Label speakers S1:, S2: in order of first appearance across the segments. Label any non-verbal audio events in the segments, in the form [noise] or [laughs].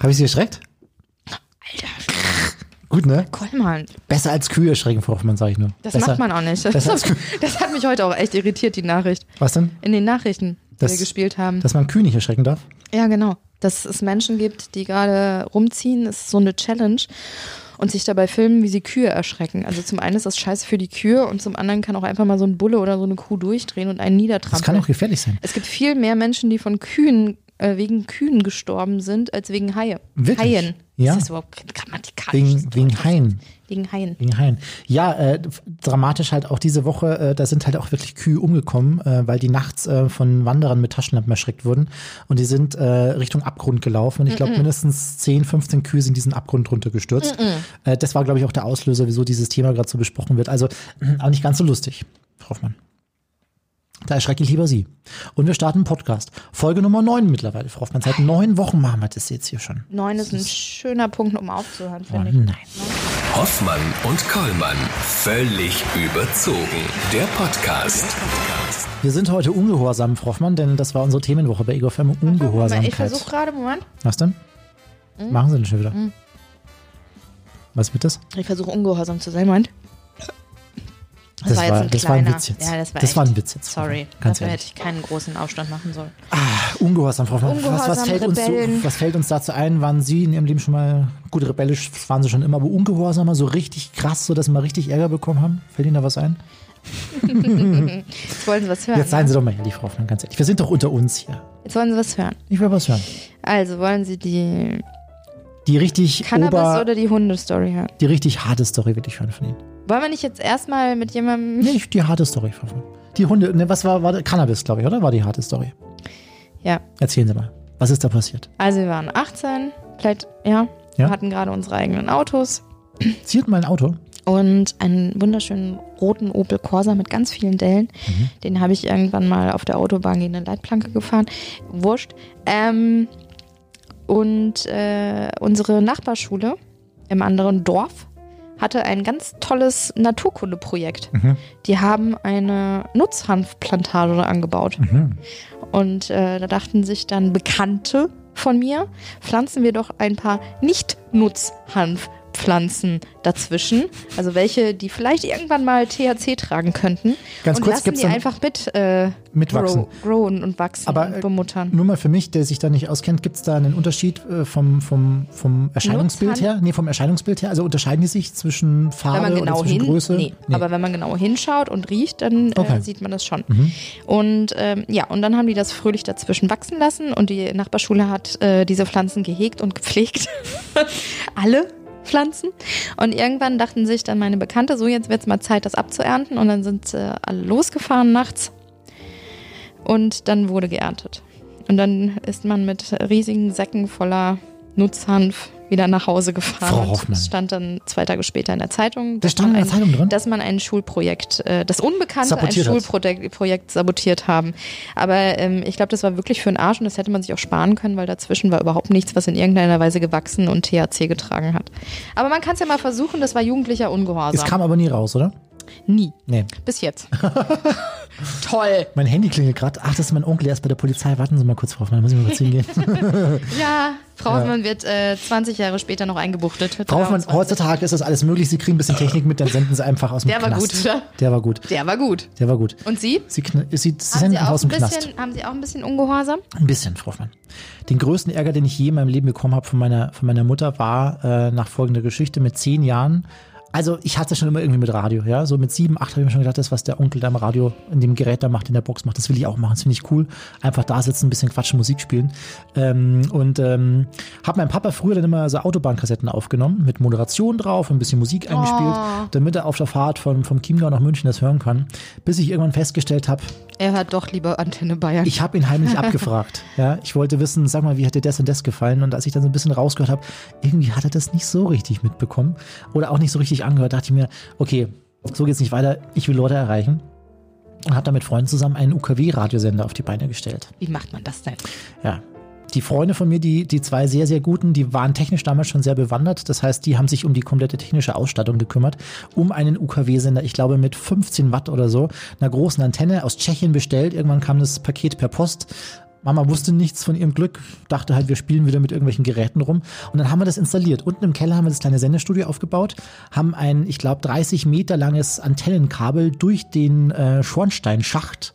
S1: Habe ich sie erschreckt?
S2: Alter,
S1: Gut, ne?
S2: Kollmann,
S1: Besser als Kühe erschrecken, Frau Hoffmann, sag ich nur.
S2: das
S1: Besser.
S2: macht man auch nicht. Das,
S1: Besser als Kühe.
S2: das hat mich heute auch echt irritiert, die Nachricht.
S1: Was denn?
S2: In den Nachrichten, die
S1: Das-
S2: wir gespielt haben.
S1: Dass man Kühe nicht erschrecken darf?
S2: Ja, genau. Dass es Menschen gibt, die gerade rumziehen, ist so eine Challenge und sich dabei filmen, wie sie Kühe erschrecken. Also zum einen ist das scheiße für die Kühe und zum anderen kann auch einfach mal so ein Bulle oder so eine Kuh durchdrehen und einen
S1: Das
S2: niedertrampeln.
S1: kann auch gefährlich sein.
S2: es gibt viel mehr Menschen, die von Kühen äh, wegen Kühen gestorben sind, als wegen Haie.
S1: Wirklich?
S2: Haien.
S1: Ja.
S2: Ist das überhaupt grammatikalisch?
S1: Wegen, wegen Haien.
S2: Wegen Haien.
S1: Wegen Haien. Ja, äh, f- dramatisch halt auch diese Woche, äh, da sind halt auch wirklich Kühe umgekommen, äh, weil die nachts äh, von Wanderern mit Taschenlampen erschreckt wurden und die sind äh, Richtung Abgrund gelaufen und ich glaube mindestens 10, 15 Kühe sind diesen Abgrund runtergestürzt. Äh, das war glaube ich auch der Auslöser, wieso dieses Thema gerade so besprochen wird. Also [clears throat] auch nicht ganz so lustig, Frau Hoffmann. Da erschrecke ich lieber Sie. Und wir starten einen Podcast. Folge Nummer 9 mittlerweile, Frau Hoffmann. Seit neun Wochen machen wir das jetzt hier schon.
S2: Neun ist ein schöner Punkt, um aufzuhören,
S1: Oh
S2: finde ich. ne?
S1: nein.
S3: Hoffmann und Kollmann. Völlig überzogen. Der Podcast.
S1: Wir sind heute ungehorsam, Frau Hoffmann, denn das war unsere Themenwoche bei Ego FM
S2: Warte mal, Ich Hm?
S1: Ungehorsamkeit.
S2: versuche gerade, Moment.
S1: Was denn? Machen Sie denn schon wieder? Was wird das?
S2: Ich versuche ungehorsam zu sein, Moment. Das, war jetzt ein
S1: das war
S2: kleiner.
S1: ein Witz jetzt.
S2: Ja, das
S1: war
S2: war, echt.
S1: ein Witz jetzt.
S2: Sorry,
S1: Ganz
S2: dafür
S1: ehrlich.
S2: hätte ich keinen großen Aufstand machen sollen.
S1: Ungehorsam, Frau Hoffmann. Was, was,
S2: Ungehorsam,
S1: fällt uns
S2: Rebellen.
S1: so, was fällt uns dazu ein? Waren Sie in Ihrem Leben schon mal, gut, rebellisch waren Sie schon immer, aber ungehorsamer, so richtig krass, so dass Sie mal richtig Ärger bekommen haben? Fällt Ihnen da was ein?
S2: Jetzt wollen sie was hören.
S1: Jetzt seien
S2: ne?
S1: Sie doch mal ehrlich, Frau Hoffmann, ganz ehrlich. Wir sind doch unter uns hier.
S2: Jetzt wollen sie was hören.
S1: Ich will was hören.
S2: Also, wollen sie die
S1: Die richtig
S2: Cannabis
S1: ober,
S2: oder die Hunde-Story hören?
S1: die richtig harte Story will ich hören von Ihnen.
S2: Wollen wir nicht jetzt erstmal mit jemandem.
S1: Nee, ich- die harte Story. Frau Hoffmann. Die Hunde, ne, was war, war Cannabis, glaube ich, oder? War die harte Story.
S2: Ja,
S1: Erzählen Sie mal, was ist da passiert?
S2: also wir waren 18, vielleicht, ja,
S1: Ja.
S2: wir hatten gerade unsere eigenen Autos
S1: Sie hatten mal ein Auto.
S2: und einen wunderschönen roten Opel Corsa mit ganz vielen Dellen. Den habe ich irgendwann mal auf der Autobahn gegen eine Leitplanke gefahren. Wurscht. Ähm, und äh, unsere Nachbarschule im anderen Dorf hatte ein ganz tolles Naturkundeprojekt.
S1: Mhm.
S2: Die haben eine Nutzhanfplantage angebaut.
S1: Mhm.
S2: Und äh, da dachten sich dann Bekannte von mir, pflanzen wir doch ein paar Nicht-Nutzhanfpflanzen dazwischen. Also welche, die vielleicht irgendwann mal THC tragen könnten.
S1: Ganz
S2: und
S1: kurz,
S2: lassen
S1: gibt's
S2: die
S1: dann-
S2: einfach mit, äh,
S1: Mitwachsen.
S2: grow- growen und wachsen
S1: Aber, äh,
S2: und bemuttern.
S1: Nur mal für mich, der sich da nicht auskennt, gibt es da einen Unterschied äh, vom, vom, vom Erscheinungsbild
S2: Nutzhand-
S1: her? Nee, vom Erscheinungsbild her. Also unterscheiden die sich zwischen
S2: Wenn
S1: Farbe
S2: man
S1: oder
S2: genau
S1: zwischen
S2: hin,
S1: Größe?
S2: Nee, aber wenn man genau hinschaut und riecht, dann
S1: Okay. Mhm.
S2: äh, sieht man das schon. Und ähm, ja, und dann haben die das fröhlich dazwischen wachsen lassen und die Nachbarschule hat äh, diese Pflanzen gehegt und gepflegt. [laughs] Alle Pflanzen. Und irgendwann dachten sich dann meine Bekannte, so jetzt wird es mal Zeit, das abzuernten. Und dann sind äh, alle losgefahren nachts und dann wurde geerntet. Und dann ist man mit riesigen Säcken voller Nutzhanf wieder nach Hause gefahren.
S1: Frau
S2: Und
S1: Hoffmann.
S2: Das stand dann zwei Tage später in der Zeitung.
S1: Das
S2: dass
S1: stand
S2: man
S1: in der
S2: ein-
S1: Zeitung drin?
S2: Dass man ein Schulprojekt, äh, das Unbekannte
S1: Sabotiert
S2: ein
S1: hat.
S2: Schulprojekt Projekt sabotiert haben. Aber ähm, ich glaube, das war wirklich für einen Arsch und das hätte man sich auch sparen können, weil dazwischen war überhaupt nichts, was in irgendeiner Weise gewachsen und THC getragen hat. Aber man kann es ja mal versuchen, das war jugendlicher
S1: Es
S2: Ungehorsam.
S1: kam aber nie raus, oder?
S2: Nie.
S1: Nee.
S2: Bis jetzt. Toll.
S1: Mein Handy klingelt gerade. Ach, das ist mein Onkel, der ist bei der Polizei. Warten Sie mal kurz, Frau Hoffmann, muss ich mal kurz
S2: [laughs]
S1: hingehen. [laughs]
S2: Ja, Frau Hoffmann wird äh, 20 Jahre später noch eingebuchtet.
S1: Frau Hoffmann,
S2: 23.
S1: heutzutage ist das alles möglich. Sie kriegen ein bisschen Technik mit, dann senden Sie einfach aus dem
S2: Der war
S1: Knast.
S2: gut, oder?
S1: Der war gut.
S2: Der war gut.
S1: Der war gut.
S2: Und Sie?
S1: Sie, kn- äh, sie, sie
S2: Haben
S1: senden
S2: Sie,
S1: einfach
S2: auch
S1: aus dem
S2: ein
S1: Knast.
S2: bisschen, haben Sie auch ein bisschen ungehorsam?
S1: Ein bisschen, Frau Hoffmann. Den größten Ärger, den ich je in meinem Leben bekommen habe von meiner, von meiner Mutter, war äh, nach folgender Geschichte mit zehn Jahren. Also ich hatte es schon immer irgendwie mit Radio, ja. So mit sieben, acht habe ich mir schon gedacht, das, was der Onkel da im Radio in dem Gerät da macht, in der Box macht, das will ich auch machen. Das finde ich cool. Einfach da sitzen, ein bisschen quatschen, Musik spielen. Ähm, und ähm, habe meinem Papa früher dann immer so Autobahnkassetten aufgenommen, mit Moderation drauf, ein bisschen Musik eingespielt,
S2: Oh.
S1: damit er auf der Fahrt von, vom Chiemgau nach München das hören kann. Bis ich irgendwann festgestellt habe,
S2: Er hört doch lieber Antenne Bayern.
S1: ich habe ihn heimlich abgefragt. Ja, ich wollte wissen, sag mal, wie hat dir das und das gefallen? Und als ich dann so ein bisschen rausgehört habe, irgendwie hat er das nicht so richtig mitbekommen oder auch nicht so richtig angehört, dachte ich mir, okay, so geht's nicht weiter. Ich will Leute erreichen und habe dann mit Freunden zusammen einen UKW-Radiosender auf die Beine gestellt.
S2: Wie macht man das denn?
S1: Ja. Die Freunde von mir, die, die zwei sehr, sehr guten, die waren technisch damals schon sehr bewandert. Das heißt, die haben sich um die komplette technische Ausstattung gekümmert, um einen UKW-Sender, ich glaube mit 15 Watt oder so, einer großen Antenne aus Tschechien bestellt. Irgendwann kam das Paket per Post. Mama wusste nichts von ihrem Glück, dachte halt, wir spielen wieder mit irgendwelchen Geräten rum. Und dann haben wir das installiert. Unten im Keller haben wir das kleine Sendestudio aufgebaut, haben ein, ich glaube, 30 Meter langes Antennenkabel durch den äh, Schornsteinschacht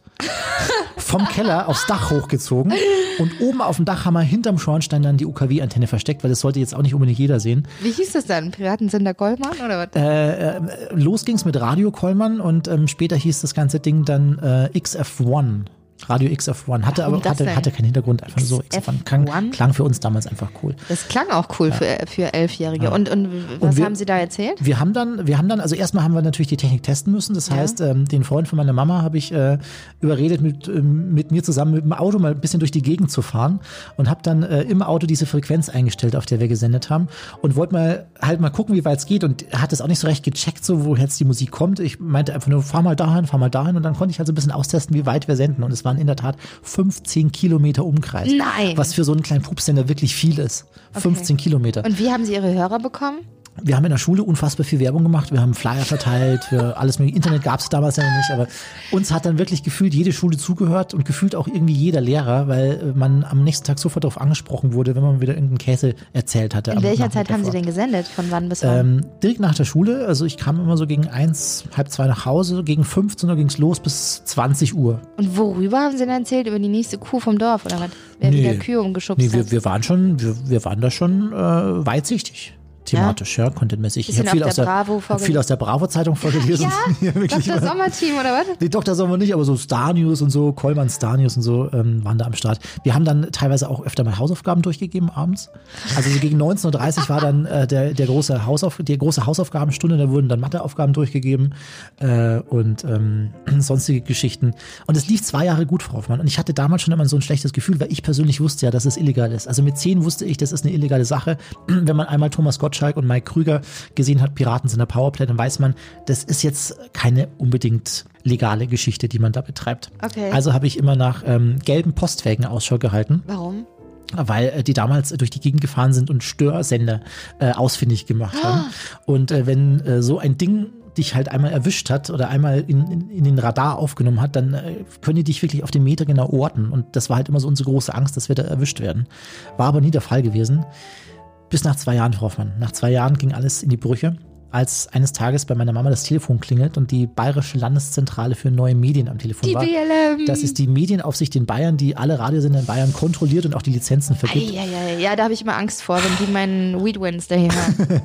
S1: vom Keller aufs Dach hochgezogen und oben auf dem Dach haben wir hinterm Schornstein dann die UKW-Antenne versteckt, weil das sollte jetzt auch nicht unbedingt jeder sehen.
S2: Wie hieß das dann? Piraten sind der Goldmann oder was?
S1: Äh, äh, los ging's mit Radio Kollmann und ähm, später hieß das ganze Ding dann äh, XF1. Radio XF1 hatte
S2: Warum
S1: aber
S2: das
S1: hatte,
S2: denn?
S1: hatte keinen Hintergrund, einfach so XF1 klang,
S2: XF1?
S1: klang für uns damals einfach cool.
S2: Das klang auch cool für, äh, für Elfjährige. Und, und was
S1: Und wir-
S2: haben Sie da erzählt?
S1: Wir haben dann, wir haben dann, also erstmal haben wir natürlich die Technik testen müssen. Das heißt, ähm, den Freund von meiner Mama habe ich äh, überredet, mit, ähm, mit mir zusammen mit dem Auto mal ein bisschen durch die Gegend zu fahren und habe dann äh, im Auto diese Frequenz eingestellt, auf der wir gesendet haben und wollte mal halt mal gucken, wie weit es geht und hat es auch nicht so recht gecheckt, so woher jetzt die Musik kommt. Ich meinte einfach nur, fahr mal dahin, fahr mal dahin und dann konnte ich halt so ein bisschen austesten, wie weit wir senden und es waren in der Tat 15 Kilometer Umkreis.
S2: Nein.
S1: Was für so einen kleinen Pupsender wirklich viel ist. 15 Kilometer.
S2: Und wie haben Sie Ihre Hörer bekommen?
S1: Wir haben in der Schule unfassbar viel Werbung gemacht. Wir haben Flyer verteilt, wir alles mögliche. Internet gab es damals ja noch nicht, aber uns hat dann wirklich gefühlt jede Schule zugehört und gefühlt auch irgendwie jeder Lehrer, weil äh, man am nächsten Tag sofort darauf angesprochen wurde, wenn man wieder irgendeinen Käse erzählt hatte.
S2: In
S1: am
S2: welcher
S1: Nachmittag
S2: Zeit haben Sie
S1: davor.
S2: denn gesendet? Von wann bis wann?
S1: Ähm, direkt nach der Schule, also ich kam immer so gegen eins, halb zwei nach Hause, gegen 15 Uhr ging es los bis 20 Uhr.
S2: Und worüber haben Sie denn erzählt? Über die nächste Kuh vom Dorf oder was? Wer
S1: Nee.
S2: wieder Kühe umgeschubst
S1: Nee, wir,
S2: hat?
S1: wir waren schon, wir, wir waren da schon äh, weitsichtig. Thematisch, ja, contentmäßig. Ich
S2: Bisschen
S1: habe viel,
S2: auf
S1: aus
S2: der
S1: der-
S2: Bravo
S1: hab viel
S2: vorgelesen.
S1: aus der
S2: [laughs]
S1: Bravo-Zeitung vorgelesen. [laughs] Ja, wirklich
S2: Dr. Sommerteam oder was?
S1: Nee, Dr. Sommer nicht, aber so Star News und so, Kollmann Star News und so ähm, waren da am Start. Wir haben dann teilweise auch öfter mal Hausaufgaben durchgegeben abends. Also so gegen 19.30 Uhr war dann äh, der, der große Hausauf die große Hausaufgabenstunde, da wurden dann Matheaufgaben durchgegeben äh, und ähm, [clears throat] sonstige Geschichten. Und es lief zwei Jahre gut, Frau Hoffmann. Und ich hatte damals schon immer so ein schlechtes Gefühl, weil ich persönlich wusste ja, dass es illegal ist. Also mit 10 wusste ich, das ist eine illegale Sache. [clears throat] Wenn man einmal Thomas Gottschalk und Mike Krüger gesehen hat, Piraten sind der Powerplay, dann weiß man, das ist jetzt keine unbedingt legale Geschichte, die man da betreibt.
S2: Okay.
S1: Also habe ich immer nach ähm, gelben Postwägen Ausschau gehalten,
S2: Warum?
S1: weil äh, die damals durch die Gegend gefahren sind und Störsender äh, ausfindig gemacht haben. Und äh, wenn äh, so ein Ding dich halt einmal erwischt hat oder einmal in, in, in den Radar aufgenommen hat, dann äh, können die dich wirklich auf den Meter genau orten. Und das war halt immer so unsere große Angst, dass wir da erwischt werden. War aber nie der Fall gewesen. Bis nach zwei Jahren, Frau Hoffmann. Nach zwei Jahren ging alles in die Brüche, als eines Tages bei meiner Mama das Telefon klingelt und die Bayerische Landeszentrale für neue Medien am Telefon
S2: Die
S1: war.
S2: BLM.
S1: Das ist die Medienaufsicht in Bayern, die alle Radiosender in Bayern kontrolliert und auch die Lizenzen vergibt.
S2: Ja, ja, ja, da habe ich immer Angst vor, wenn die meinen Weed Wednesday hier
S1: [laughs]
S2: haben.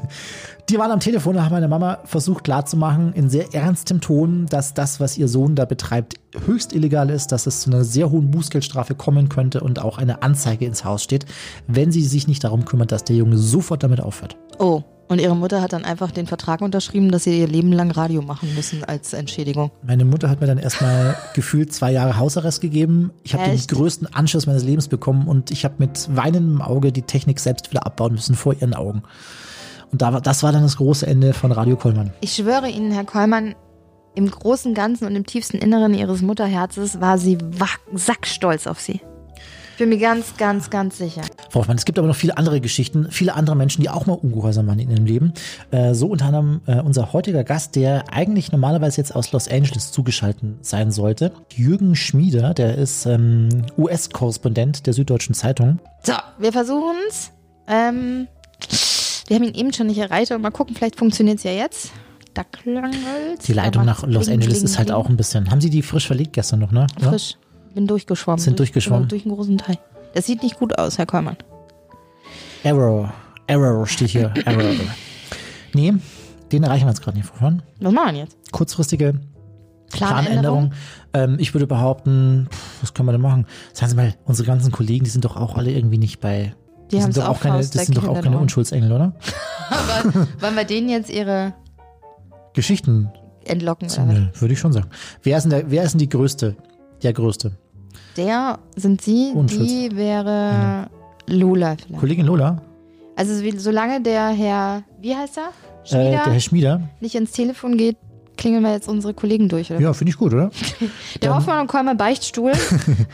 S1: Die waren am Telefon und haben meiner Mama versucht klarzumachen, in sehr ernstem Ton, dass das, was ihr Sohn da betreibt, höchst illegal ist, dass es zu einer sehr hohen Bußgeldstrafe kommen könnte und auch eine Anzeige ins Haus steht, wenn sie sich nicht darum kümmert, dass der Junge sofort damit aufhört.
S2: Oh, und ihre Mutter hat dann einfach den Vertrag unterschrieben, dass sie ihr Leben lang Radio machen müssen als Entschädigung.
S1: Meine Mutter hat mir dann erstmal gefühlt zwei Jahre Hausarrest gegeben. Ich habe den
S2: Echt?
S1: größten Anschiss meines Lebens bekommen und ich habe mit weinendem Auge die Technik selbst wieder abbauen müssen vor ihren Augen. Und da war, das war dann das große Ende von Radio Kollmann.
S2: Ich schwöre Ihnen, Herr Kollmann, im großen Ganzen und im tiefsten Inneren Ihres Mutterherzes war sie wa- sackstolz auf Sie. Ich bin mir ganz, ganz, ganz sicher.
S1: Frau Hoffmann, es gibt aber noch viele andere Geschichten, viele andere Menschen, die auch mal ungehorsam waren in ihrem Leben. Äh, so unter anderem äh, unser heutiger Gast, der eigentlich normalerweise jetzt aus Los Angeles zugeschaltet sein sollte. Jürgen Schmieder, der ist ähm, US-Korrespondent der Süddeutschen Zeitung.
S2: So, wir versuchen's. Ähm, wir haben ihn eben schon nicht erreicht, aber mal gucken, vielleicht funktioniert's ja jetzt. Da klangelt.
S1: Die Leitung nach Los Angeles ist halt auch ein bisschen. Haben Sie die frisch verlegt gestern noch, ne? Ja?
S2: Frisch. Bin durchgeschwommen.
S1: Sind durchgeschwommen?
S2: Durch, durch einen großen Teil. Das sieht nicht gut aus, Herr Kollmann.
S1: Error. Error steht
S2: [coughs]
S1: hier. Error. Nee, den erreichen wir jetzt gerade nicht, Frau Hoffmann.
S2: Was machen wir jetzt?
S1: Kurzfristige Planänderung. Ähm, ich würde behaupten, pff, was können wir denn machen? Sagen Sie mal, unsere ganzen Kollegen, die sind doch auch alle irgendwie nicht bei.
S2: Die haben's
S1: sind doch
S2: auch
S1: keine, das
S2: Faustdick
S1: sind doch auch
S2: hinter
S1: keine
S2: den Ohren.
S1: Unschuldsengel, oder?
S2: Wollen wir denen jetzt ihre
S1: Geschichten,
S2: entlocken? Oder was?
S1: ne, würde ich schon sagen. Wer ist denn, der, wer ist denn die größte? Der größte.
S2: Der sind sie,
S1: Unschuldig.
S2: die wäre Lola vielleicht.
S1: Kollegin Lola,
S2: Also wie- solange der Herr, wie heißt er?
S1: äh, der
S2: Schmieder
S1: Herr Schmieder.
S2: nicht ins Telefon geht, klingeln wir jetzt unsere Kollegen durch, oder?
S1: Ja, finde ich gut, oder?
S2: Der
S1: Dann-
S2: Hoffmann und
S1: [laughs]
S2: Kolmer Beichtstuhl.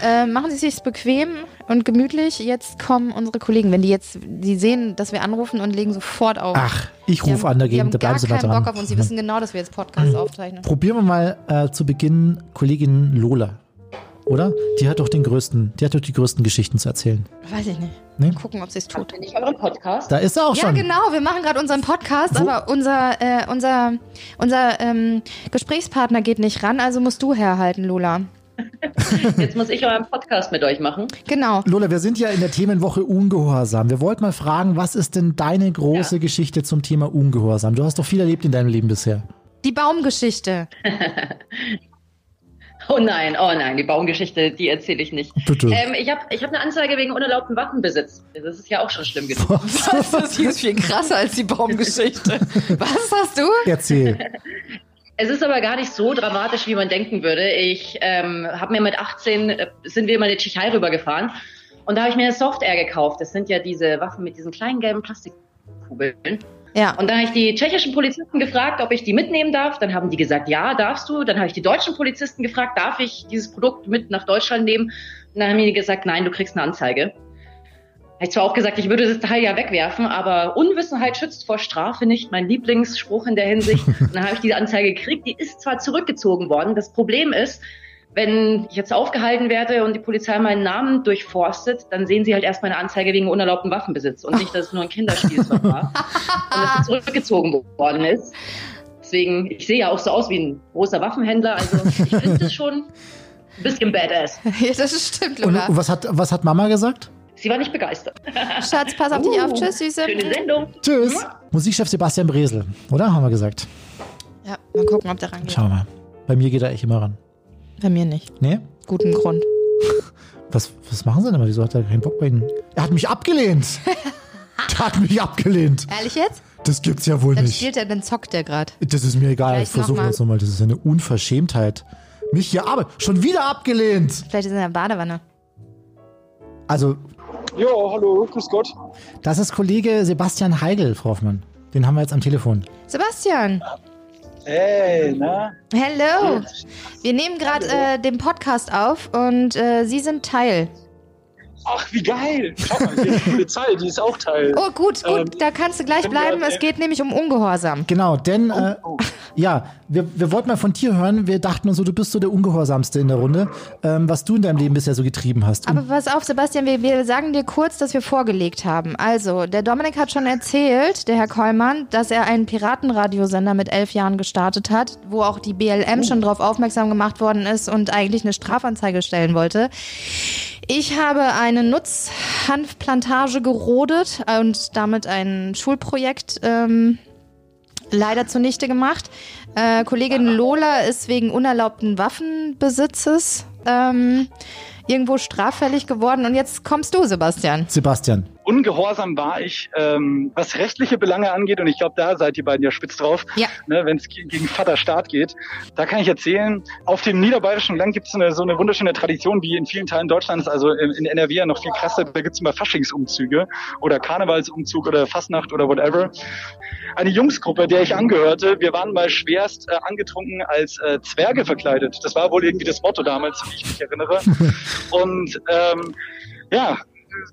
S2: äh, machen Sie sich's bequem und gemütlich. Jetzt kommen unsere Kollegen. Wenn die jetzt, die sehen, dass wir anrufen und legen sofort auf.
S1: Ach, ich
S2: Die
S1: rufe an
S2: die
S1: dagegen,
S2: haben
S1: da bleiben
S2: gar
S1: Sie weiter
S2: keinen
S1: dran.
S2: Bock auf uns. Sie
S1: Mhm.
S2: wissen genau, dass wir jetzt Podcast aufzeichnen.
S1: Probieren wir mal äh, zu Beginn Kollegin Lola. oder? Die hat doch den größten, die hat doch die größten Geschichten zu erzählen.
S2: Weiß ich nicht.
S1: Nee?
S2: Mal gucken, ob sie es tut.
S4: Nicht euren Podcast.
S1: Da ist er auch
S2: Ja,
S1: schon.
S2: genau. Wir machen gerade unseren Podcast,
S1: Wo-
S2: aber unser, äh, unser, unser ähm, Gesprächspartner geht nicht ran, also musst du herhalten, Lola.
S4: Jetzt muss ich euren Podcast mit euch machen.
S2: Genau.
S1: Lola, wir sind ja in der Themenwoche Ungehorsam. Wir wollten mal fragen, was ist denn deine große Geschichte zum Thema Ungehorsam? Du hast doch viel erlebt in deinem Leben bisher.
S2: Die Baumgeschichte.
S4: Oh nein, oh nein, die Baumgeschichte, die erzähle ich nicht.
S1: Bitte.
S4: Ähm, ich habe ich hab eine Anzeige wegen unerlaubten Waffenbesitz. Das ist ja auch schon schlimm genug.
S2: Was? Das ist viel krasser als die Baumgeschichte. Was [laughs] sagst du?
S1: Erzähl.
S4: Es ist aber gar nicht so dramatisch, wie man denken würde. Ich ähm, habe mir mit 18, äh, sind wir mal in die Tschechei rübergefahren und da habe ich mir eine Softair gekauft. Das sind ja diese Waffen mit diesen kleinen gelben Plastikkugeln.
S2: Ja.
S4: Und dann habe ich die tschechischen Polizisten gefragt, ob ich die mitnehmen darf. Dann haben die gesagt, ja, darfst du. Dann habe ich die deutschen Polizisten gefragt, darf ich dieses Produkt mit nach Deutschland nehmen? Und dann haben die gesagt, nein, du kriegst eine Anzeige. Habe ich zwar auch gesagt, ich würde das Teil ja wegwerfen, aber Unwissenheit schützt vor Strafe nicht. Mein Lieblingsspruch in der Hinsicht. Und dann habe ich diese Anzeige gekriegt. Die ist zwar zurückgezogen worden. Das Problem ist, wenn ich jetzt aufgehalten werde und die Polizei meinen Namen durchforstet, dann sehen sie halt erst meine Anzeige wegen unerlaubten Waffenbesitz und nicht, dass es nur ein Kinderspiel war und dass sie zurückgezogen worden ist. Deswegen, ich sehe ja auch so aus wie ein großer Waffenhändler, also ich finde das schon ein bisschen badass.
S2: [laughs] Ja, das stimmt,
S1: Und,
S2: Lola.
S1: und was, hat, was hat Mama gesagt?
S4: Sie war nicht begeistert. Oh,
S2: Schatz, pass auf dich auf. Tschüss, Süße.
S4: Schöne Sendung.
S1: Tschüss. Musikchef Sebastian Bresel, oder? Haben wir gesagt.
S2: Ja, mal gucken, ob der rangeht.
S1: Schauen wir mal. Bei mir geht er echt immer ran.
S2: Bei mir nicht.
S1: Nee?
S2: Guten Grund.
S1: Was, was machen sie denn immer? Wieso hat er keinen Bock bei Ihnen? Er hat mich
S2: [laughs]
S1: abgelehnt. der hat mich abgelehnt.
S2: Ehrlich jetzt?
S1: Das gibt's ja wohl
S2: Dann
S1: nicht.
S2: spielt er, dann zockt er gerade.
S1: Das ist mir egal.
S2: Vielleicht
S1: Versuchen wir
S2: noch
S1: es nochmal. Das ist ja eine Unverschämtheit. Mich hier aber schon wieder abgelehnt.
S2: Vielleicht ist er in der Badewanne.
S1: Also,
S5: Ja, hallo, grüß Gott.
S1: das ist Kollege Sebastian Heigl, Frau Hoffmann. Den haben wir jetzt am Telefon.
S2: Sebastian,
S5: Hey, na?
S2: hello. Wir nehmen gerade äh, den Podcast auf und äh, Sie sind Teil.
S5: Ach, wie geil! Schau mal, hier ist die Polizei, die ist auch Teil.
S2: Oh, gut, gut,
S5: Ähm,
S2: da kannst du gleich
S5: bin
S2: bleiben.
S5: gerade-
S2: Es geht nämlich um Ungehorsam.
S1: Genau, denn, äh,
S2: [laughs]
S5: oh.
S1: ja, wir, wir wollten mal von dir hören. Wir dachten uns so, du bist so der Ungehorsamste in der Runde, ähm, was du in deinem Leben bisher so getrieben hast.
S2: Aber pass auf, Sebastian, wir, wir sagen dir kurz, dass wir vorgelegt haben. Also, der Dominik hat schon erzählt, der Herr Kollmann, dass er einen Piratenradiosender mit elf Jahren gestartet hat, wo auch die BLM schon darauf aufmerksam gemacht worden ist und eigentlich eine Strafanzeige stellen wollte. Ich habe eine Nutzhanfplantage gerodet und damit ein Schulprojekt ähm, leider zunichte gemacht. Äh, Kollegin Lola ist wegen unerlaubten Waffenbesitzes ähm, irgendwo straffällig geworden. Und jetzt kommst du, Sebastian.
S1: Sebastian,
S5: Ungehorsam war ich, ähm, was rechtliche Belange angeht, und ich glaube, da seid ihr beiden ja spitz drauf,
S2: Ja.
S5: ne, wenn es ge- gegen Vaterstaat geht. Da kann ich erzählen, auf dem niederbayerischen Land gibt es eine, so eine wunderschöne Tradition, wie in vielen Teilen Deutschlands, also in, in NRW ja noch viel krasser, da gibt es immer Faschingsumzüge oder Karnevalsumzug oder Fastnacht oder whatever. eine Jungsgruppe, der ich angehörte. Wir waren mal schwerst äh, angetrunken als äh, Zwerge verkleidet. Das war wohl irgendwie das Motto damals, wie ich mich erinnere. Und ähm, ja,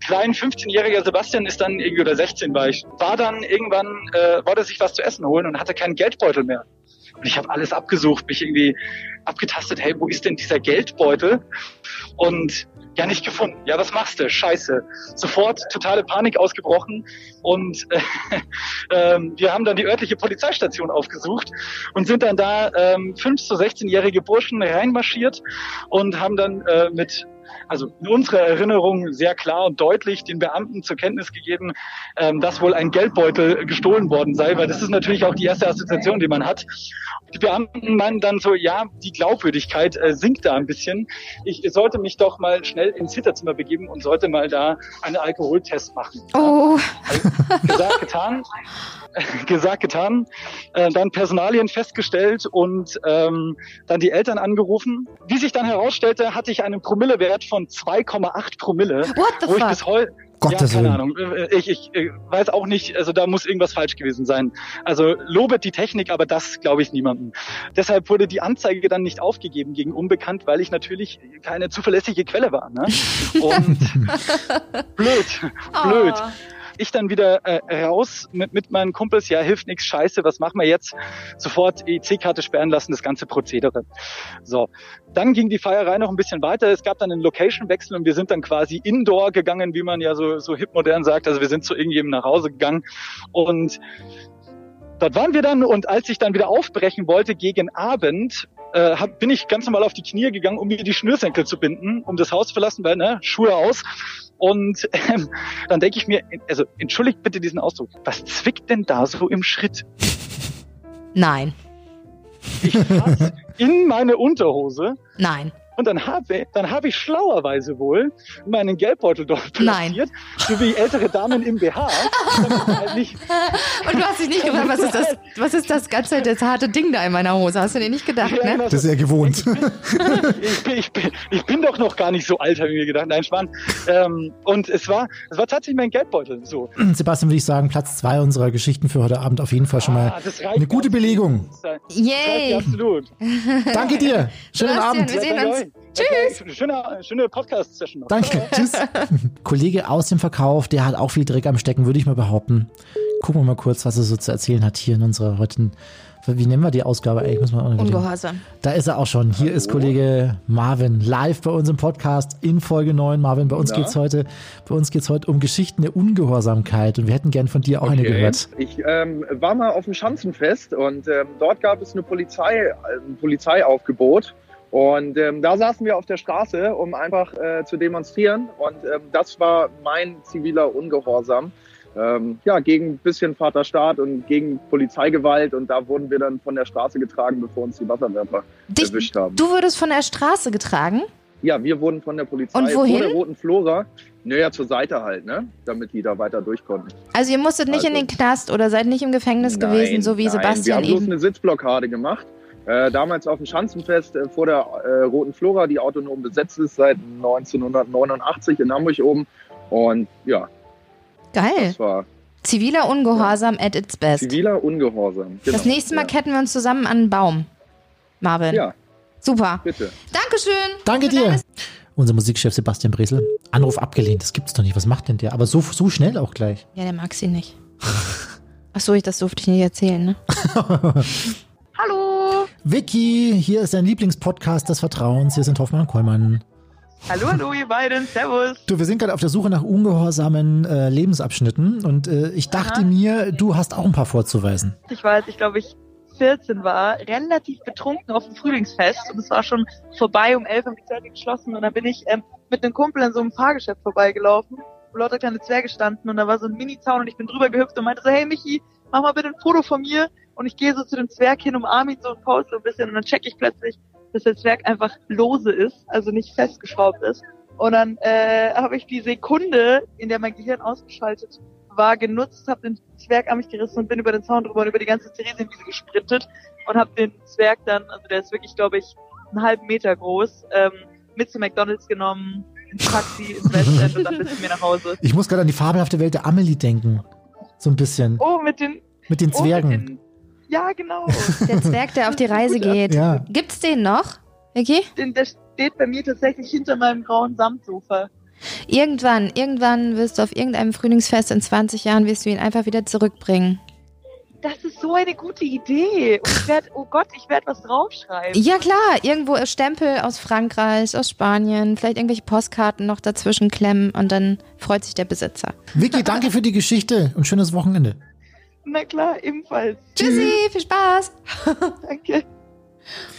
S5: klein 15-jähriger Sebastian ist dann irgendwie oder 16 war ich, war dann irgendwann äh, wollte sich was zu essen holen und hatte keinen Geldbeutel mehr. Und ich habe alles abgesucht, mich irgendwie abgetastet. Hey, wo ist denn dieser Geldbeutel? Und ja, nicht gefunden. Ja, was machst du? Scheiße. Sofort totale Panik ausgebrochen und äh, [laughs] ähm, wir haben dann die örtliche Polizeistation aufgesucht und sind dann da ähm, 5 zu 16-jährige Burschen reinmarschiert und haben dann äh, mit, also in unserer Erinnerung sehr klar und deutlich den Beamten zur Kenntnis gegeben, ähm, dass wohl ein Geldbeutel gestohlen worden sei, weil das ist natürlich auch die erste Assoziation, die man hat. Die Beamten meinen dann so, ja, die Glaubwürdigkeit äh, sinkt da ein bisschen. Ich sollte mich doch mal schnell ins Hinterzimmer begeben und sollte mal da einen Alkoholtest machen
S2: Oh,
S5: gesagt, getan. [laughs] gesagt, getan. Äh, dann Personalien festgestellt und ähm, dann die Eltern angerufen. Wie sich dann herausstellte, hatte ich einen Promillewert von 2,8 Promille.
S2: what the
S6: Oh,
S5: Wo ich bis
S2: fuck?
S5: heute.
S1: Gottes
S5: ja, keine
S1: Willen.
S5: Ahnung. Äh, Ich, ich äh, weiß auch nicht, also da muss irgendwas falsch gewesen sein. Also lobet die Technik, aber das glaube ich niemandem. Deshalb wurde die Anzeige dann nicht aufgegeben gegen Unbekannt, weil ich natürlich
S2: [laughs] Oh.
S5: keine zuverlässige Quelle war. Ne? Und blöd, blöd. ich dann wieder äh, raus mit, mit meinen Kumpels, ja, hilft nichts, scheiße, was machen wir jetzt? Sofort EC-Karte sperren lassen, das ganze Prozedere. So, dann ging die Feierei noch ein bisschen weiter. Es gab dann einen Location-Wechsel und wir sind dann quasi indoor gegangen, wie man ja so, so hip modern sagt. Also wir sind zu irgendjemandem nach Hause gegangen und dort waren wir dann und als ich dann wieder aufbrechen wollte gegen Abend, äh, hab, bin ich ganz normal auf die Knie gegangen, um mir die Schnürsenkel zu binden, um das Haus zu verlassen, weil, ne, Schuhe aus. Und ähm, dann denke ich mir, also entschuldigt bitte diesen Ausdruck, was zwickt denn da so im Schritt?
S2: Nein,
S5: Ich fass in meine Unterhose
S2: nein.
S5: und dann habe dann hab ich schlauerweise wohl meinen Geldbeutel dort
S2: Nein.
S5: platziert, so wie ältere Damen im BH, damit man
S2: [laughs]
S5: halt nicht
S2: Und du hast dich nicht gefragt, was ist das, was ist das ganze, das harte Ding da in meiner Hose? Hast du dir nicht gedacht, ne?
S5: kleiner
S7: Das ist ja gewohnt.
S5: ich, bin, ich, bin, ich bin doch noch gar nicht so alt, habe ich mir gedacht. Nein, Schwan. Ähm, und es war, es war tatsächlich mein Geldbeutel. So.
S1: [laughs] Sebastian, würde ich sagen, Platz zwei unserer Geschichten für heute Abend auf jeden Fall schon mal
S5: Ah, das reicht
S1: eine gute Belegung.
S5: Das reicht
S2: Yay!
S5: absolut.
S1: Danke
S2: [laughs]
S1: dir. Schönen
S2: Sebastian,
S1: Abend.
S2: Wir sehen uns.
S5: Tschüss. Schöne, schöne Podcast-Session. noch.
S1: Danke. Tschüss. Kollege aus dem Verkauf, der hat auch viel Dreck am Stecken, würde ich mal behaupten. Gucken wir mal kurz, was er so zu erzählen hat hier in unserer heutigen. Wie nennen wir die Ausgabe eigentlich? Muss man auch noch überlegen.
S2: Ungehorsam.
S1: Da ist er auch schon. Hier ist Kollege Marvin live bei uns im Podcast in Folge 9. Marvin, bei uns
S6: Na?
S1: geht's heute, bei uns geht's heute um Geschichten der Ungehorsamkeit und wir hätten gern von dir auch eine
S6: Okay.
S1: gehört.
S6: Ich ähm, war mal auf dem Schanzenfest und ähm, dort gab es eine Polizei, ein Polizeiaufgebot. Und ähm, da saßen wir auf der Straße, um einfach äh, zu demonstrieren. Und ähm, das war mein ziviler Ungehorsam. Ähm, ja, gegen ein bisschen Vaterstaat und gegen Polizeigewalt. Und da wurden wir dann von der Straße getragen, bevor uns die Wasserwerfer
S2: Dich,
S6: erwischt haben.
S2: du wurdest von der Straße getragen?
S6: Ja, wir wurden von der Polizei
S2: Und wohin?
S6: vor der Roten Flora, naja, zur Seite halt, ne? damit die da weiter durch konnten.
S2: Also ihr musstet nicht in
S6: Also-
S2: den Knast oder seid nicht im Gefängnis gewesen, so wie
S6: nein. Wir
S2: Sebastian
S6: haben bloß
S2: eben.
S6: eine Sitzblockade gemacht. Äh, damals auf dem Schanzenfest äh, vor der äh, Roten Flora, die autonom besetzt ist seit 1989 in Hamburg oben. Und ja,
S2: Geil.
S6: das war
S2: Ziviler Ungehorsam at its best.
S6: ziviler Ungehorsam. Genau.
S2: Das nächste Mal
S6: ja.
S2: ketten wir uns zusammen an einen Baum. Marvin.
S6: Ja,
S2: Super.
S6: bitte.
S2: Dankeschön.
S1: Danke dir. Unser Musikchef Sebastian Bresel. Anruf abgelehnt. Das gibt's doch nicht. Was macht denn der? Aber so, so schnell auch gleich.
S2: Ja, der mag sie [laughs] nicht. Achso, ich, das durfte ich nicht erzählen, ne?
S8: Hallo.
S1: Vicky, hier ist dein Lieblingspodcast des Vertrauens. Hier sind Hoffmann und Kollmann.
S8: Hallo, hallo, ihr beiden. Servus.
S1: Du, wir sind gerade auf der Suche nach ungehorsamen äh, Lebensabschnitten und äh, ich dachte
S8: Aha.
S1: mir, du hast auch ein paar vorzuweisen.
S8: Ich war, als ich glaube ich 14 war, relativ betrunken auf dem Frühlingsfest und es war schon vorbei, um 11 haben die Zwerge geschlossen und dann bin ich ähm, mit einem Kumpel an so einem Fahrgeschäft vorbeigelaufen, wo lauter kleine Zwerge standen und da war so ein Mini-Zaun und ich bin drüber gehüpft und meinte so, hey Michi, mach mal bitte ein Foto von mir und ich gehe so zu dem Zwerg hin, umarme ihn so und pause so ein bisschen und dann checke ich plötzlich, dass der Zwerg einfach lose ist, also nicht festgeschraubt ist und dann äh, habe ich die Sekunde, in der mein Gehirn ausgeschaltet war genutzt, habe den Zwerg an mich gerissen und bin über den Zaun drüber und über die ganze Theresienwiese gesprintet und habe den Zwerg dann, also der ist wirklich, glaube ich, einen halben Meter groß, ähm, mit zu McDonalds genommen, ins Taxi, ins Westend und dann bis zu mir nach Hause.
S1: Ich muss gerade an die fabelhafte Welt der Amelie denken. So ein bisschen.
S8: Oh, mit den
S1: Mit den
S8: Oh,
S1: Zwergen.
S8: mit den, ja, genau.
S2: Der Zwerg, der auf [laughs] die Reise geht.
S1: Ja.
S2: Gibt's den noch? Vicky?
S8: Den, der steht bei mir tatsächlich hinter meinem grauen Samtsofa.
S2: Irgendwann, irgendwann wirst du auf irgendeinem Frühlingsfest in 20 Jahren wirst du ihn einfach wieder zurückbringen.
S8: Das ist so eine gute Idee. Und ich werde, oh Gott, ich werde was draufschreiben.
S2: Ja klar, irgendwo ein Stempel aus Frankreich, aus Spanien, vielleicht irgendwelche Postkarten noch dazwischen klemmen und dann freut sich der Besitzer.
S1: Vicky, danke für die Geschichte und schönes Wochenende.
S8: Na klar, ebenfalls.
S2: Tschüssi, viel Spaß.
S8: Danke.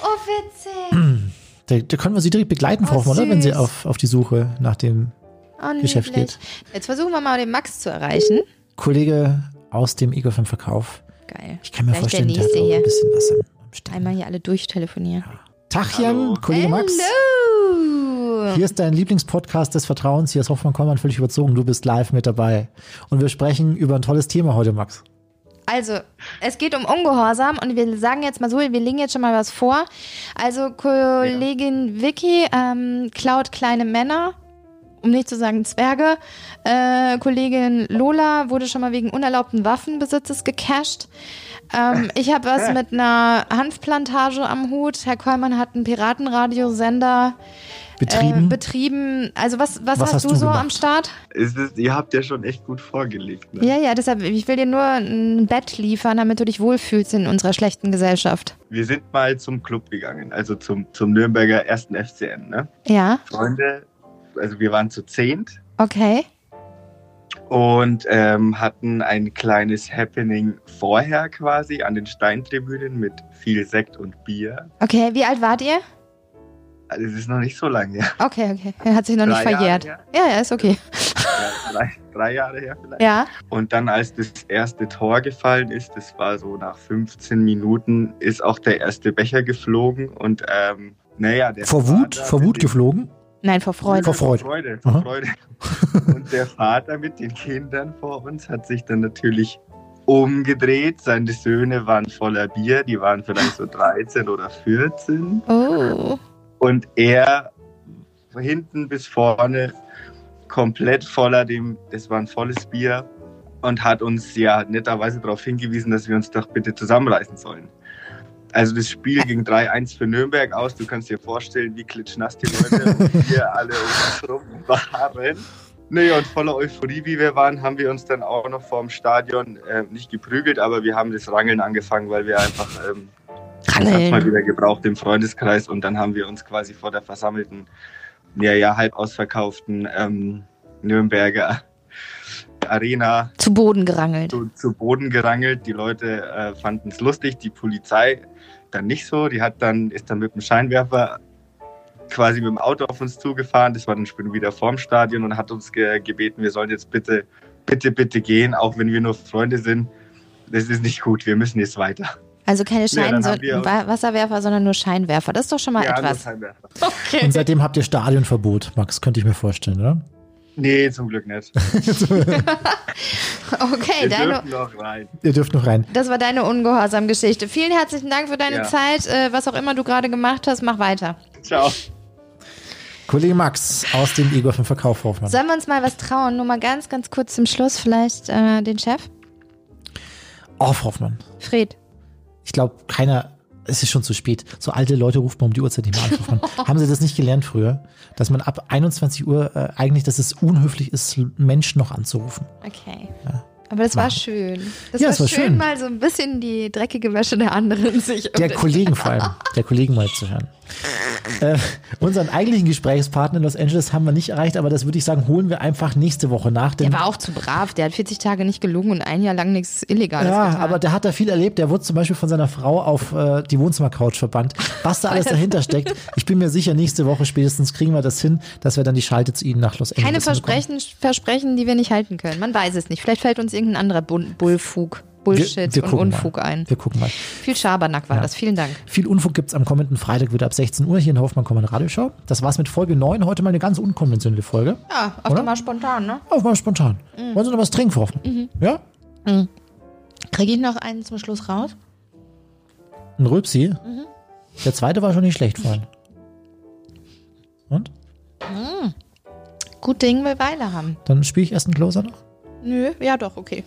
S2: Oh, witzig.
S1: Da, da können wir sie direkt begleiten, Frau
S2: Oh,
S1: Hoffmann, oder?
S2: süß.
S1: Wenn sie auf, auf die Suche nach dem
S2: Oh,
S1: Geschäft
S2: niedlich. Jetzt versuchen wir mal, den Max zu erreichen.
S1: Kollege aus dem Ego vom Verkauf.
S2: Geil.
S1: Ich kann mir
S2: Vielleicht
S1: vorstellen,
S2: der
S1: der hat
S2: Nächste
S1: auch ein
S2: hier.
S1: bisschen was am am Stecken.
S2: Einmal hier alle durchtelefonieren.
S1: Tachchen, Kollege Max.
S2: Hello.
S1: Hier ist dein Lieblingspodcast des Vertrauens. Hier ist Hoffmann Kollmann völlig überzogen. Du bist live mit dabei. Und wir sprechen über ein tolles Thema heute, Max.
S2: Also, es geht um Ungehorsam und wir sagen jetzt mal so, wir legen jetzt schon mal was vor. Also, Kollegin Vicky ähm, klaut kleine Männer, um nicht zu sagen Zwerge. Äh, Kollegin Lola wurde schon mal wegen unerlaubten Waffenbesitzes gecasht. [laughs] Ähm, ich habe was mit einer Hanfplantage am Hut. Herr Kollmann hat einen Piratenradiosender.
S1: Betrieben?
S2: Äh, betrieben. Also was, was, hast, du, so
S1: gemacht?
S2: am Start?
S7: Es ist, ihr habt ja schon echt gut vorgelegt. Ne?
S2: Ja, ja, deshalb, ich will dir nur ein Bett liefern, damit du dich wohlfühlst in unserer schlechten Gesellschaft.
S7: Wir sind mal zum Club gegangen, also zum, zum Nürnberger ersten FCN. Ne?
S2: Ja,
S7: Freunde, also wir waren zu zehnt
S2: okay.
S7: und ähm, hatten ein kleines Happening vorher quasi an den Steintribünen mit viel Sekt und Bier.
S2: Okay, wie alt wart ihr?
S7: Also es ist noch nicht so lange her.
S2: Okay, okay. Er hat sich noch nicht
S7: Drei Jahre
S2: verjährt.
S7: her.
S2: Ja, ja, ist okay.
S7: Ja, drei, drei Jahre her vielleicht.
S2: Ja,
S7: Und dann, als das erste Tor gefallen ist, das war so nach 15 Minuten, ist auch der erste Becher geflogen und ähm, naja, der
S1: Vor Wut,
S7: Vater
S1: vor
S7: mit
S1: Wut
S7: den-
S1: geflogen.
S2: nein, vor Freude.
S1: Vor Freude.
S7: Vor Freude,
S1: Aha.
S7: vor Freude. Und der Vater mit den Kindern vor uns hat sich dann natürlich umgedreht. Seine Söhne waren voller Bier, die waren vielleicht so 13 oder 14.
S2: Oh,
S7: Und er von hinten bis vorne komplett voller dem, das war ein volles Bier und hat uns ja netterweise darauf hingewiesen, dass wir uns doch bitte zusammenreißen sollen. Also das Spiel ging 3-1 für Nürnberg aus. Du kannst dir vorstellen, wie klitschnass die Leute und wir alle um uns rum waren. Naja, und voller Euphorie, wie wir waren, haben wir uns dann auch noch vorm Stadion äh, nicht geprügelt, aber wir haben das Rangeln angefangen, weil wir einfach ähm, das hat's mal
S2: Rangeln.
S7: wieder gebraucht im Freundeskreis und dann haben wir uns quasi vor der versammelten, ja, ja, halb ausverkauften ähm, Nürnberger [laughs] Arena
S2: Zu Boden gerangelt.
S7: zu, zu Boden gerangelt. Die Leute äh, fanden es lustig, die Polizei dann nicht so. Die hat dann, ist dann mit dem Scheinwerfer quasi mit dem Auto auf uns zugefahren. Das war dann schon wieder vorm Stadion und hat uns ge gebeten, wir sollen jetzt bitte, bitte, bitte gehen, auch wenn wir nur Freunde sind. Das ist nicht gut, wir müssen jetzt weiter.
S2: Also keine
S7: Ja,
S2: Schein
S7: dann haben wir-
S2: Wa- Wasserwerfer, sondern nur Scheinwerfer. Das ist doch schon mal
S7: Ja, nur
S2: etwas.
S7: Scheinwerfer.
S1: Und seitdem habt ihr Stadionverbot, Max, könnte ich mir vorstellen, oder?
S7: Nee, zum Glück nicht.
S2: [laughs] Okay,
S7: Wir
S2: deine,
S7: dürfen noch rein.
S1: Ihr dürft noch rein.
S2: das war deine ungehorsam Geschichte. Vielen herzlichen Dank für deine
S7: Ja.
S2: Zeit. Äh, was auch immer du gerade gemacht hast, mach weiter.
S7: Ciao.
S1: Kollege Max aus dem Igor vom Verkauf Hoffmann.
S2: Sollen wir uns mal was trauen? Nur mal ganz, ganz kurz zum Schluss vielleicht äh, den Chef.
S1: Auf Hoffmann.
S2: Fred.
S1: Ich glaube, keiner. Es ist schon zu spät. So alte Leute ruft man um die Uhrzeit nicht mehr an. Hoffmann. Haben Sie das nicht gelernt früher? Dass man ab 21 Uhr äh, eigentlich, dass es unhöflich ist, Menschen noch anzurufen.
S2: Okay. Aber das war schön. Das
S1: Ja,
S2: war,
S1: es war
S2: schön,
S1: schön.
S2: mal so ein bisschen die dreckige Wäsche der anderen [laughs] sich.
S1: Der Kollegen vor allem. Der Kollegen mal zu hören. Äh, unseren eigentlichen Gesprächspartner in Los Angeles haben wir nicht erreicht, aber das würde ich sagen, holen wir einfach nächste Woche nach. Denn
S2: der war auch zu brav. Der hat 40 Tage nicht gelogen und ein Jahr lang nichts Illegales
S1: ja,
S2: getan.
S1: aber der hat da viel erlebt. Der wurde zum Beispiel von seiner Frau auf äh, die Wohnzimmercouch verbannt. Was da alles dahinter steckt, ich bin mir sicher, nächste Woche spätestens kriegen wir das hin, dass wir dann die Schalte zu Ihnen nach Los Angeles
S2: Keine
S1: hinbekommen.
S2: Versprechen, Versprechen, die wir nicht halten können. Man weiß es nicht. Vielleicht fällt uns irgendein anderer Bun- Bullfug, Bullshit
S1: wir
S2: und
S1: gucken mal.
S2: Unfug ein.
S1: Wir gucken mal.
S2: Viel Schabernack war das. Vielen Dank.
S1: Viel Unfug gibt's am kommenden Freitag wieder ab 16 Uhr hier in der Hoffmann Kommen Radioshow. Das war's mit Folge 9. Heute mal eine ganz unkonventionelle Folge.
S2: Ja, auf
S1: Oder?
S2: einmal spontan, ne?
S1: Auf mal spontan. Wollen Sie noch was trinken, Frau Hoffmann? Ja?
S2: Kriege ich noch einen zum Schluss raus?
S1: Ein Rübsi. Der zweite war schon nicht schlecht vorhin. Und?
S2: Gut Ding will Weile haben.
S1: Dann spiele ich erst einen Closer noch.
S2: Nö, ja doch, okay.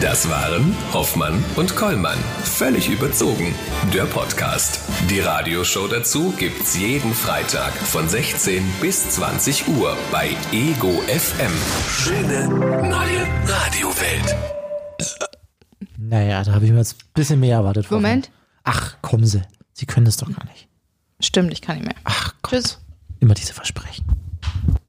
S3: Das waren Hoffmann und Kollmann. Völlig überzogen. Der Podcast. Die Radioshow dazu gibt's jeden Freitag von 16 bis 20 Uhr bei Ego FM. Schöne neue Radiowelt.
S1: Naja, da habe ich mir jetzt ein bisschen mehr erwartet. Frau
S2: Moment.
S1: Hoffmann. Ach, kommen Sie. Sie können das doch gar nicht.
S2: Stimmt, ich kann nicht mehr.
S1: Ach Gott.
S2: Tschüss.
S1: Immer diese Versprechen.